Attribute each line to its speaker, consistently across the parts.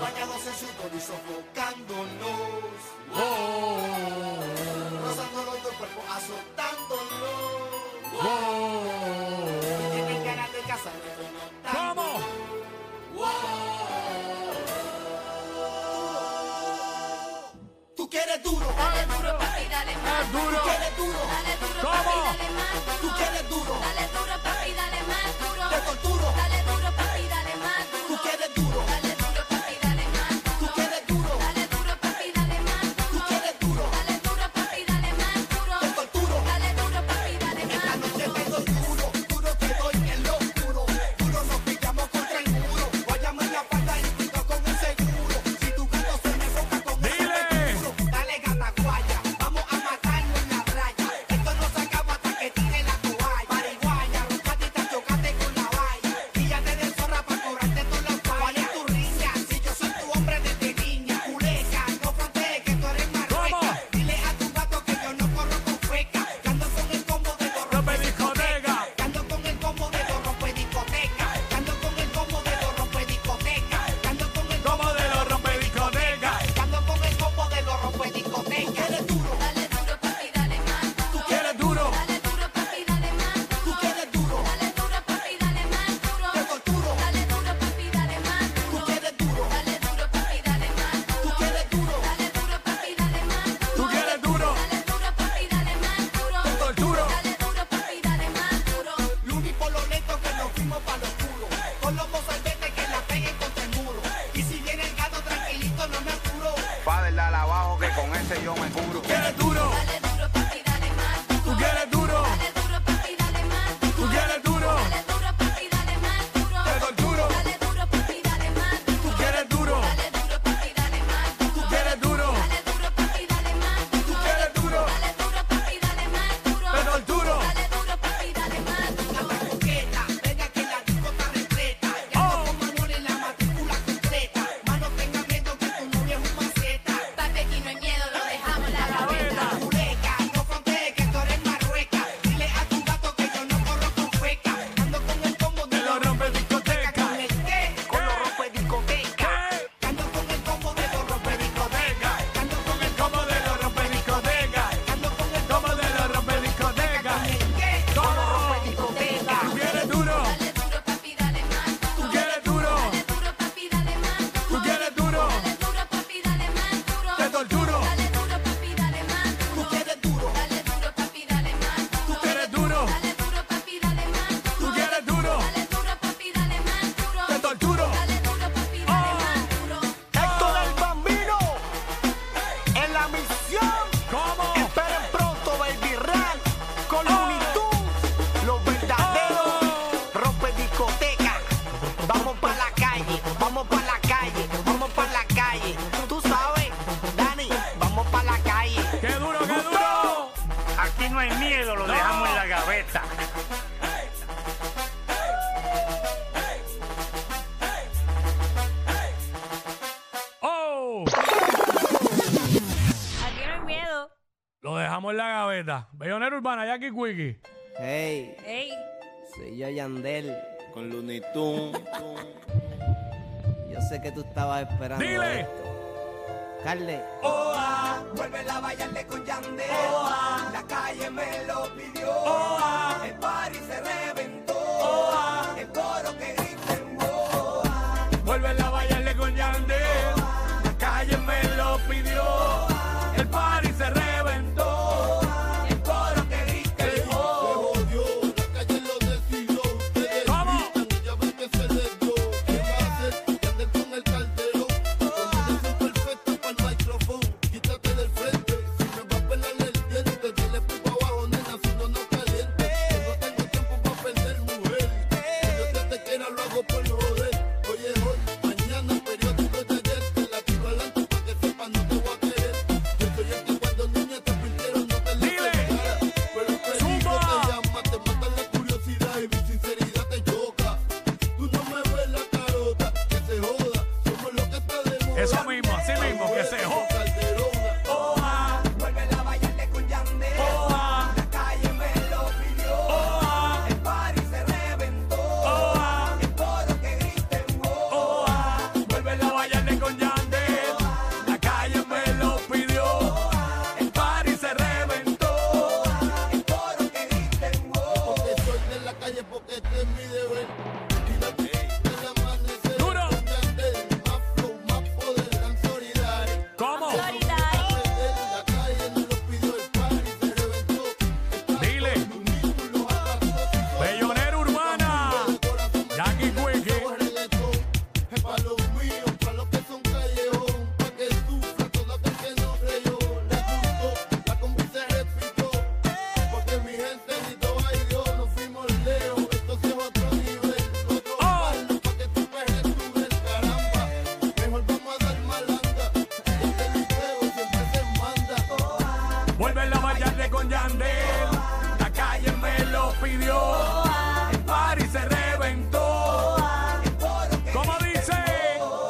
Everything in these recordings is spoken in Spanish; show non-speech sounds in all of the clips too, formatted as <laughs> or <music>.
Speaker 1: Bañados en sudor y sofocándonos. Rozando nuestro cuerpo, azotándonos. Tienen ganas de casa, pero no tanto.
Speaker 2: ¡Vamos!
Speaker 1: Tú quieres duro,
Speaker 2: Ah,
Speaker 1: dale duro.
Speaker 3: Papi, dale
Speaker 2: ¡Es
Speaker 3: más,
Speaker 2: duro!
Speaker 1: Tú quieres duro,
Speaker 3: dale duro,
Speaker 2: ¿Cómo?
Speaker 3: papi, dale más
Speaker 1: tú
Speaker 3: duro.
Speaker 1: quieres duro.
Speaker 3: Dale duro, papi, dale más duro.
Speaker 1: Te torturo,
Speaker 3: Dale duro, papi, dale más duro.
Speaker 1: tú quieres duro.
Speaker 3: Dale duro, papi, dale más
Speaker 1: Tú
Speaker 3: duro.
Speaker 1: quieres duro,
Speaker 3: Dale duro, papi, dale más
Speaker 1: tú
Speaker 3: duro.
Speaker 1: quieres duro.
Speaker 3: Dale duro, papi, dale más duro.
Speaker 1: Te torturo,
Speaker 3: Dale duro, papi, dale más
Speaker 1: esta noche te doy duro. Duro te doy en lo oscuro. Duro nos pillamos contra el muro. Guayama en la falda y quito con el seguro. Si tu gato se me enfoca con el
Speaker 2: ¡Dile!
Speaker 1: Dale gata guaya, vamos a matarnos en la raya. Esto no se acaba hasta que tire la toalla. Mariguaya, roncatita, chocate con la valla. Guíate de zorra para cobrarte todas las fallas. ¿Cuál es tu riña? Si yo soy tu hombre desde niña. Culeca, no frontees que tú eres
Speaker 2: ¿Cómo?
Speaker 1: marrueca. Dile a tu gato que yo no corro con feca. Que ando con el combo de los
Speaker 2: ¡No me
Speaker 1: rompediscotecas.
Speaker 2: discoteca!
Speaker 1: Que ando con el combo de los rompediscotecas. Que ando con el combo de los rompediscotecas. Que ando con el
Speaker 2: ¡Como de los rompediscoteca!
Speaker 1: Ando con el combo de los rompediscotecas. Eres duro,
Speaker 3: Dale duro, papi, dale más
Speaker 1: tú
Speaker 3: duro.
Speaker 1: quieres duro,
Speaker 3: Dale duro, papi, dale más
Speaker 1: tú
Speaker 3: duro.
Speaker 1: quieres duro,
Speaker 3: Dale duro, papi, dale más duro.
Speaker 1: te torturo,
Speaker 3: Dale duro, papi, dale más
Speaker 1: tú
Speaker 3: duro.
Speaker 1: quieres duro,
Speaker 3: Dale duro, papi, dale más
Speaker 1: tú
Speaker 3: duro.
Speaker 1: quieres duro,
Speaker 3: Dale duro, papi, dale más duro.
Speaker 2: ¡Tú quieres duro!
Speaker 3: Dale duro, papi, dale más duro.
Speaker 2: ¡Torturo!
Speaker 3: Dale duro, papi, dale más duro.
Speaker 1: Luni por los lentos que nos fuimos para lo oscuro, con los mozalbetes que la peguen contra el muro, y si viene el gato tranquilito no me apuro,
Speaker 4: Padre, al abajo que con ese yo me cubro.
Speaker 2: ¡Quieres duro!
Speaker 3: Dale duro, papi, dale más
Speaker 2: ¡Tú
Speaker 3: duro.
Speaker 2: quieres duro!
Speaker 3: Dale duro, papi, dale más
Speaker 2: ¡Tú
Speaker 3: duro.
Speaker 2: quieres duro!
Speaker 3: Dale duro, papi, dale más duro.
Speaker 2: ¡Te torturo!
Speaker 3: Dale duro, papi, dale más
Speaker 2: ¡Tú
Speaker 3: duro.
Speaker 2: quieres duro!
Speaker 3: Dale duro, papi, dale más
Speaker 2: ¡Tú
Speaker 3: duro.
Speaker 2: quieres duro!
Speaker 3: Dale duro, papi, dale más
Speaker 2: ¡Tú
Speaker 3: duro.
Speaker 2: quieres duro!
Speaker 3: Dale duro, papi, dale más duro.
Speaker 2: ¡Te torturo!
Speaker 3: Dale duro, papi, dale más duro.
Speaker 1: la coqueta, venga que la disco está repleta, y ando con Manuel en la matrícula completa, mano tenga miedo que tu novio es un maceta,
Speaker 3: Papi, aquí no hay miedo, lo dejamos en la gaveta.
Speaker 1: Culeca, no frontees que tú eres marrueca, dile a tu gato que yo no corro con feca, ando con el combo
Speaker 2: ¡Te
Speaker 1: de
Speaker 2: lo
Speaker 1: los
Speaker 2: rompediscoteca!
Speaker 1: Con el té, con los rompes discoteca.
Speaker 2: ¿Qué?
Speaker 1: Cando con el combo de los rompes discoteca. Cando con el combo
Speaker 2: ¡Como de los rompediscoteca!
Speaker 1: Cando con el combo
Speaker 2: ¡Como de los rompediscoteca!
Speaker 1: con el té, con los rompes discoteca.
Speaker 2: ¡Tú quieres duro!
Speaker 3: Dale duro, papi, dale más
Speaker 2: ¡Tú
Speaker 3: duro.
Speaker 2: quieres duro!
Speaker 3: Dale duro, papi, dale más
Speaker 2: ¡Tú
Speaker 3: duro.
Speaker 2: quieres duro!
Speaker 3: Dale duro, papi, dale más duro.
Speaker 2: ¡Te torturo!
Speaker 3: Dale duro, papi, dale más
Speaker 1: Tú
Speaker 2: ¡Tú
Speaker 1: quieres duro,
Speaker 3: duro. Dale duro, papi, dale más duro.
Speaker 2: quieres duro! ¡Tú quieres
Speaker 3: Dale duro, papi, dale más duro.
Speaker 2: duro!
Speaker 3: Dale duro, papi, dale más duro.
Speaker 2: ¡Te Oh. torturo!
Speaker 3: Dale duro, papi, dale más duro.
Speaker 5: Héctor el Bambino en la misión.
Speaker 2: ¿Cómo?
Speaker 5: Esperen pronto Baby Ram con
Speaker 1: Oh.
Speaker 5: Looney Tunes, los verdaderos rompe discoteca. Vamos para la calle, vamos para la calle, vamos para la calle. Tú sabes, Dani, vamos para la calle.
Speaker 2: ¡Qué duro, qué duro!
Speaker 6: Aquí no hay miedo, lo dejamos en la gaveta.
Speaker 2: ¡Oh!
Speaker 7: aquí no hay miedo.
Speaker 2: Lo dejamos en la gaveta. Bellonera Urbana, Jackie Quickie.
Speaker 5: Hey,
Speaker 7: Ey,
Speaker 5: soy yo Yandel.
Speaker 4: Con Looney Tunes.
Speaker 5: Yo sé que tú estabas esperando.
Speaker 2: Dile.
Speaker 5: Carle,
Speaker 1: oa. Vuelve a bailarle con Yandel. Oa. La calle me lo pidió. Oa. El party se reventó. Oa. El coro que griten boa.
Speaker 2: Vuelve a bailarle con Yandel. La calle me lo pidió. El party se reventó.
Speaker 1: El coro que griten boa.
Speaker 2: ¿Cómo?
Speaker 8: Te tienes pupa abajo, nena, si no, no caliente. Yo no tengo tiempo para perder.
Speaker 2: Duro. ¿Cómo?
Speaker 7: Solidario.
Speaker 2: Dile. Bellonera urbana. Jackie Quickie. Oh. Vuelve la de con Yandel. La calle me lo pidió. El party se reventó. Como dice,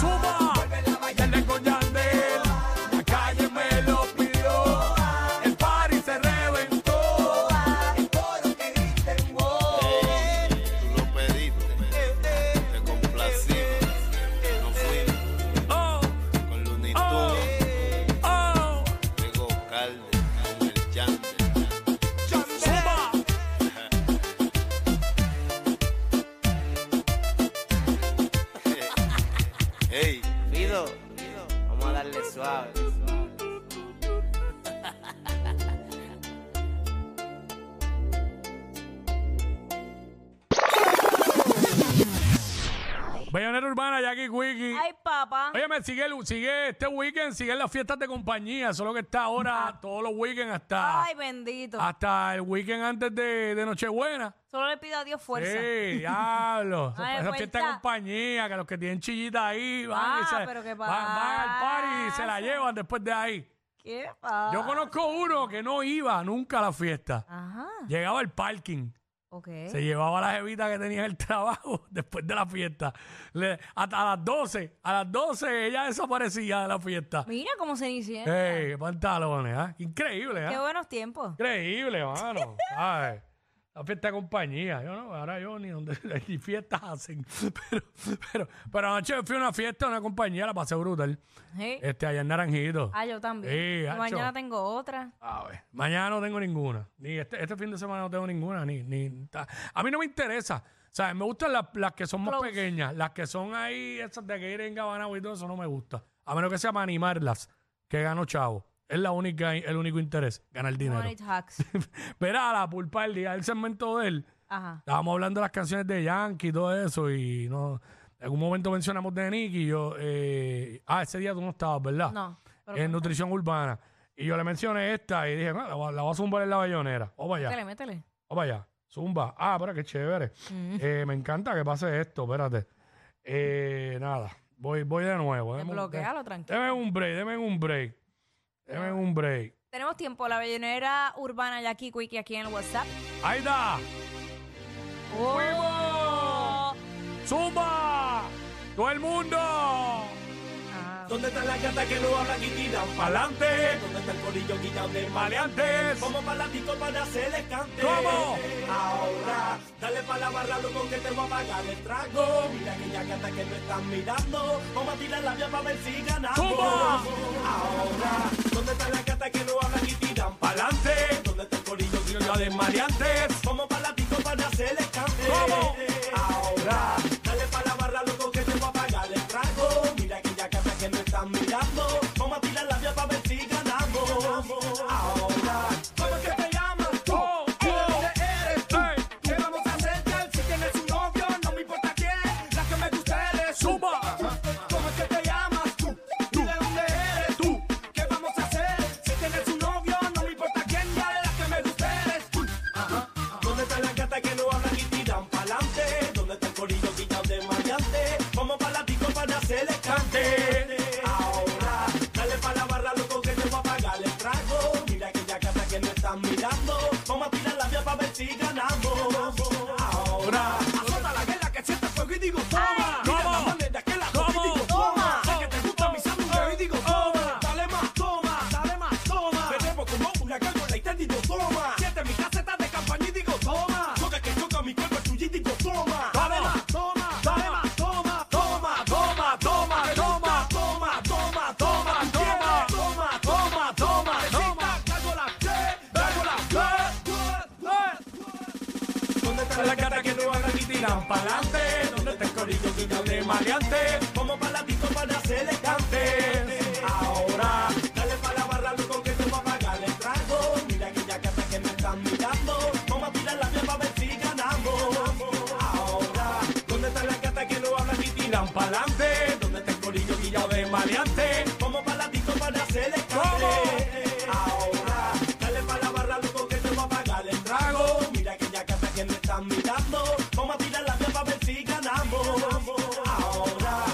Speaker 2: suma. Bayarle con Yandel. La calle me lo pidió. El party se reventó.
Speaker 4: Tú lo pediste, te complacimos, nos fuimos
Speaker 2: Oh,
Speaker 4: con Looney
Speaker 2: oh,
Speaker 4: Tunes,
Speaker 2: oh.
Speaker 4: llegó Calde, con el Yandel.
Speaker 2: Zumba.
Speaker 4: Hey,
Speaker 5: Pido, vamos a darle suave.
Speaker 2: Bayonera Urbana, Jackie Quickie.
Speaker 7: Ay, papá.
Speaker 2: Óyeme, sigue, el- sigue este weekend, sigue las fiestas de compañía, solo que está ahora todos los weekends hasta,
Speaker 7: Ah. Ay, bendito.
Speaker 2: hasta el weekend antes de, de Nochebuena.
Speaker 7: Solo le pido a Dios fuerza.
Speaker 2: Sí, diablo.
Speaker 7: <laughs> Ay,
Speaker 2: Esas fiestas de
Speaker 7: fuerza.
Speaker 2: compañía, que los que tienen chillitas ahí van, y
Speaker 7: Ah,
Speaker 2: se,
Speaker 7: pero ¿qué
Speaker 2: van, van al party y se la
Speaker 7: pasa? Ah.
Speaker 2: llevan después de ahí.
Speaker 7: ¿Qué pasa?
Speaker 2: Yo conozco uno que no iba nunca a la fiesta.
Speaker 7: Ajá.
Speaker 2: Llegaba al parking.
Speaker 7: Ok.
Speaker 2: Se llevaba la jevita que tenía en el <laughs> trabajo después de la fiesta. Le- hasta a las 12, a las 12 ella desaparecía de la fiesta.
Speaker 7: Mira cómo se inicia.
Speaker 2: ¡Ey, qué pantalones! ¿ah? Increíble,
Speaker 7: Qué
Speaker 2: Eh, ¿ah?
Speaker 7: buenos tiempos.
Speaker 2: Increíble, mano. Ay, la fiesta de compañía. Yo no, ahora yo ni donde <laughs> ni fiestas hacen. <laughs> Pero, pero, pero anoche fui a una fiesta, a una compañía, la pasé brutal.
Speaker 7: Sí.
Speaker 2: Este, allá en Naranjito.
Speaker 7: Ah, yo también.
Speaker 2: Sí,
Speaker 7: Y mañana
Speaker 2: hacho.
Speaker 7: tengo otra.
Speaker 2: A ver, mañana no tengo ninguna. Ni este, este fin de semana no tengo ninguna. Ni, ni, ta- a mí no me interesa. O sea, me gustan las, las que son más
Speaker 7: Close.
Speaker 2: pequeñas. Las que son ahí, esas de que ir en Gabanao y todo eso no me gusta. A menos que sea para animarlas, que gano chavo. Es la única, el único interés, ganar dinero. <laughs>
Speaker 7: Money Hacks.
Speaker 2: Verá, la pulpa del día, el segmento de él.
Speaker 7: Ajá.
Speaker 2: Estábamos hablando de las canciones de Yankee y todo eso. Y no, en algún momento mencionamos de Nicky. y Yo, eh, ah, ese día tú no estabas, ¿verdad?
Speaker 7: No. pero
Speaker 2: en nutrición urbana. Y yo le mencioné esta y dije, "No, la, voy a- la voy a zumbar en la bayonera. O para allá,
Speaker 7: Métele, métele.
Speaker 2: o para allá. Zumba. Ah, pero qué chévere. Eh, me encanta que pase esto, espérate. Eh, nada, voy, voy de nuevo. Deme un-
Speaker 7: Bloquealo, tranquilo.
Speaker 2: deme un break, deme un break. Deme un break.
Speaker 7: Tenemos tiempo. La bellonera urbana Jackie Quickie aquí en el WhatsApp.
Speaker 2: Ahí está.
Speaker 7: Oh.
Speaker 2: ¡Zumba! ¡Todo el mundo!
Speaker 7: Ah,
Speaker 2: ¿Dónde están las gatas que no hablan y tiran pa'lante?
Speaker 8: ¿Dónde está el colillo quitado de mal?
Speaker 2: ¡Maleantes!
Speaker 8: Vamos para la disco para hacerles cante.
Speaker 2: ¿Cómo?
Speaker 8: Ahora, dale para la barra, loco, que te voy a pagar el trago. Mira que ya gata que me están mirando. Vamos a tirar la vía para ver si ganamos.
Speaker 2: ¡Zumba!
Speaker 8: Ahora, ¿dónde están las gatas que no hablan y tiran pa'lante? ¿Dónde está el colillo quitado de mal?
Speaker 2: ¡Maleantes!
Speaker 8: Vamos para la disco para hacerles cante.
Speaker 2: ¿Cómo?
Speaker 8: Ahora, dale para la barra, loco, que te voy a pagar el trago. Mira que ya gata que me están mirando. Vamos a tirar la vía para ver si ganamos. Ahora, ¿cómo es que te llamas? tú?
Speaker 2: Oh,
Speaker 8: ¿De dónde eres tú?
Speaker 2: Ey.
Speaker 8: ¿Qué vamos a hacer girl? Si tienes un novio, no me importa quién. La que me gusta eres tú.
Speaker 2: ¡Zumba!
Speaker 8: ¿Cómo es que te llamas tú? ¿Y de dónde eres tú? ¿Qué vamos a hacer? Si tienes un novio, no me importa quién. Ya la que me gusta eres tú. Ajá, ajá. tiran pa'lante, donde está el corillo que yo de maleante, como pa' la disco para hacer el cante. Ahora, dale pa' la barra, loco, que te va a pagar el trago, mira que ya que hasta que me están mirando, vamos a tirar la mía pa' ver si ganamos. Ahora, ¿dónde están las gatas que no hablan y tiran pa'lante? ¿Dónde está el corillo guillado de maleante? Vamos pa' la disco para hacer el cante. Ahora, dale pa' la barra, loco, que te va a pagar el trago, mira que ya que hasta que me están mirando, vamos a tirar la mía pa' ver si ganamos. Ahora,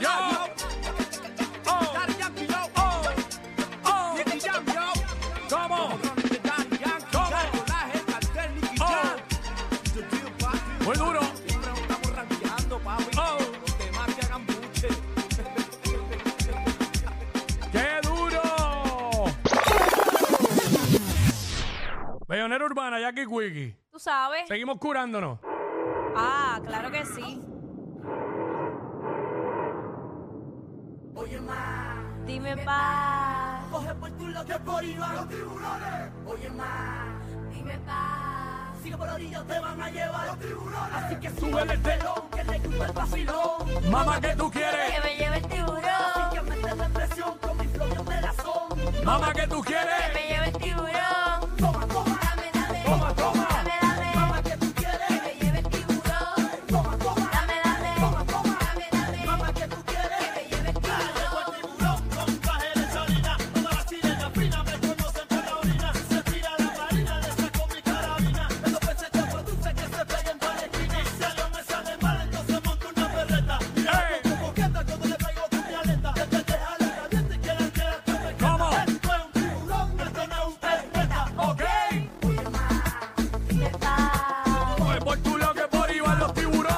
Speaker 2: Yo.
Speaker 8: oh.
Speaker 2: ¿Cómo? Muy duro. Oh. ¡Qué duro! Bellonera Urbana, Jackie Quickie.
Speaker 7: Tú sabes.
Speaker 2: Seguimos curándonos.
Speaker 7: Ah, claro que sí.
Speaker 5: Oye, ma,
Speaker 7: Dime pa,
Speaker 5: coge por tu lado que por ir a los tiburones. Oye, ma,
Speaker 3: dime pa,
Speaker 5: si no por orillas te van a llevar los tiburones. Así que sube el telón, que le gusta el vacilón.
Speaker 2: Mamá, ¿qué tú quieres?
Speaker 3: que me lleve el tiburón,
Speaker 5: Así que mete la presión con mis flores de la son.
Speaker 2: Mamá, ¿qué tú
Speaker 3: que
Speaker 2: quieres?
Speaker 3: me lleve el tiburón.
Speaker 5: Toma, toma,
Speaker 3: Dame, dame,
Speaker 2: Toma, toma.
Speaker 3: dame, dame,
Speaker 5: mamá, que tú
Speaker 3: que
Speaker 5: quieres.
Speaker 3: me lleve el tiburón.
Speaker 5: Toma, toma,
Speaker 3: Dame, dame,
Speaker 5: Toma, toma.
Speaker 3: dame, dame,
Speaker 5: mamá, que tú
Speaker 3: que
Speaker 5: quieres.
Speaker 3: me lleve el tiburón.
Speaker 5: Tiburón con traje de salina, todas las sirenas finas me conocen por la orina. Se tira la marina, le saco mi carabina. En los peces de agua dulce que se peguen para la esquina. Si algo me sale mal, entonces monto una berreta. Mira
Speaker 2: ¡Ey!
Speaker 5: como quieta cuando le pego con mi aleta. Desde que jale caliente y que la entera que me queda.
Speaker 2: ¿Cómo?
Speaker 5: Esto es un tiburón, esto no es un perreta.
Speaker 2: Ok.
Speaker 3: Dime pa,
Speaker 2: Pues por tu lado que por ahí van los tiburones.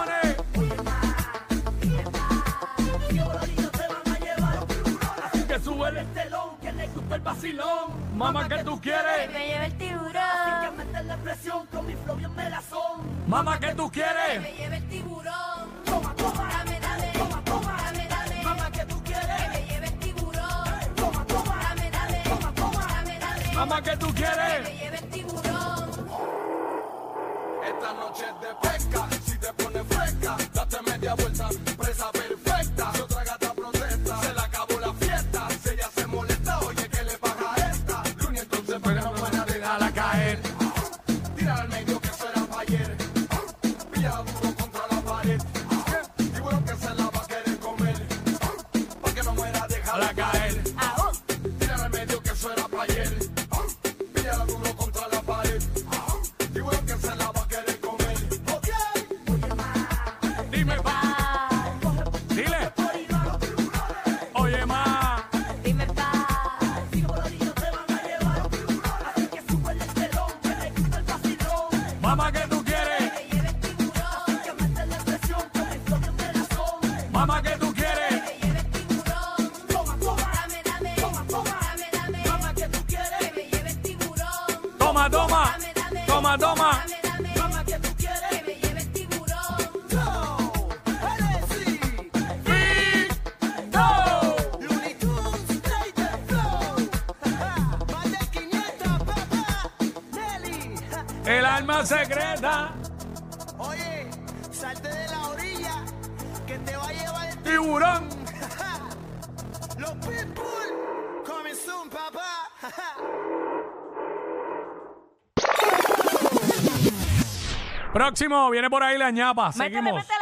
Speaker 5: Si por orilla te van a llevar los tiburones.
Speaker 2: Que suben el
Speaker 5: Telón que le gusta el vacilón.
Speaker 2: Mamá, ¿qué tú
Speaker 3: que
Speaker 2: quieres?
Speaker 3: me lleve el
Speaker 5: Que
Speaker 3: tiburón,
Speaker 5: meter la presión con mi flow bien melazón.
Speaker 2: Mamá, ¿qué tú
Speaker 3: que
Speaker 2: quieres?
Speaker 3: me lleve el tiburón.
Speaker 5: Toma, toma.
Speaker 3: Dame, dame,
Speaker 5: Toma, toma.
Speaker 3: dame,
Speaker 5: Mamá,
Speaker 3: dame,
Speaker 5: que tú
Speaker 3: que
Speaker 5: quieres.
Speaker 3: me lleve el tiburón.
Speaker 5: Toma, toma.
Speaker 3: Dame, dame,
Speaker 5: Toma, toma.
Speaker 3: dame, dame.
Speaker 2: Mamá, ¿qué tú
Speaker 3: Que
Speaker 2: quieres?
Speaker 3: me lleve el tiburón.
Speaker 9: Esta noche es de pesca, si te pones fresca, date media vuelta, presa perfecta. Si otra gata protesta, se le acabó la fiesta. Si ella se molesta, oye, ¿qué le pasa a esta? Lunes entonces, pero no van a dejarla caer. Tirar al medio que eso era pa' ayer. Pilla duro contra la pared. Y bueno que se la va a querer comer. Porque no muera, déjala caer. Tirar al medio que eso era pa' ayer. Pilla duro contra la pared. Y bueno que se la va a querer comer. Ok.
Speaker 2: Dime, pa.
Speaker 3: Pa,
Speaker 2: Dile. Oye, ma.
Speaker 3: dime pa,
Speaker 5: Si por orilla te van a llevar los tiburones. Así que sube el telón que le gusta el vacilón.
Speaker 2: Mamá, ¿qué tú quieres?
Speaker 3: que me lleve el tiburón.
Speaker 5: Que meter la presión con mi flow bien melazón.
Speaker 2: Mamá, ¿qué tú quieres?
Speaker 3: Que me lleve el tiburón.
Speaker 5: Toma, toma.
Speaker 3: Dame, dame,
Speaker 5: Toma, toma.
Speaker 3: dame, dame.
Speaker 5: Mamá, que tú
Speaker 3: Que
Speaker 5: quieres.
Speaker 3: me lleve el tiburón.
Speaker 2: Toma, toma.
Speaker 3: Dame, dame.
Speaker 2: Toma, toma.
Speaker 3: Dame, dame.
Speaker 5: Mamá, que tú
Speaker 3: Que
Speaker 5: quieres.
Speaker 3: me lleve el tiburón.
Speaker 5: Go. Eres sí.
Speaker 2: ¡Go!
Speaker 5: Looney Tunes, play the flow. Más de 500, papá. Nelly.
Speaker 2: El alma secreta.
Speaker 5: Oye, salte de la orilla que te va a llevar el
Speaker 2: Tiburón.
Speaker 5: Los Pitbull. Coming soon, papá.
Speaker 2: Próximo, viene por ahí la ñapa.
Speaker 7: Métele,
Speaker 2: Seguimos.
Speaker 7: métele.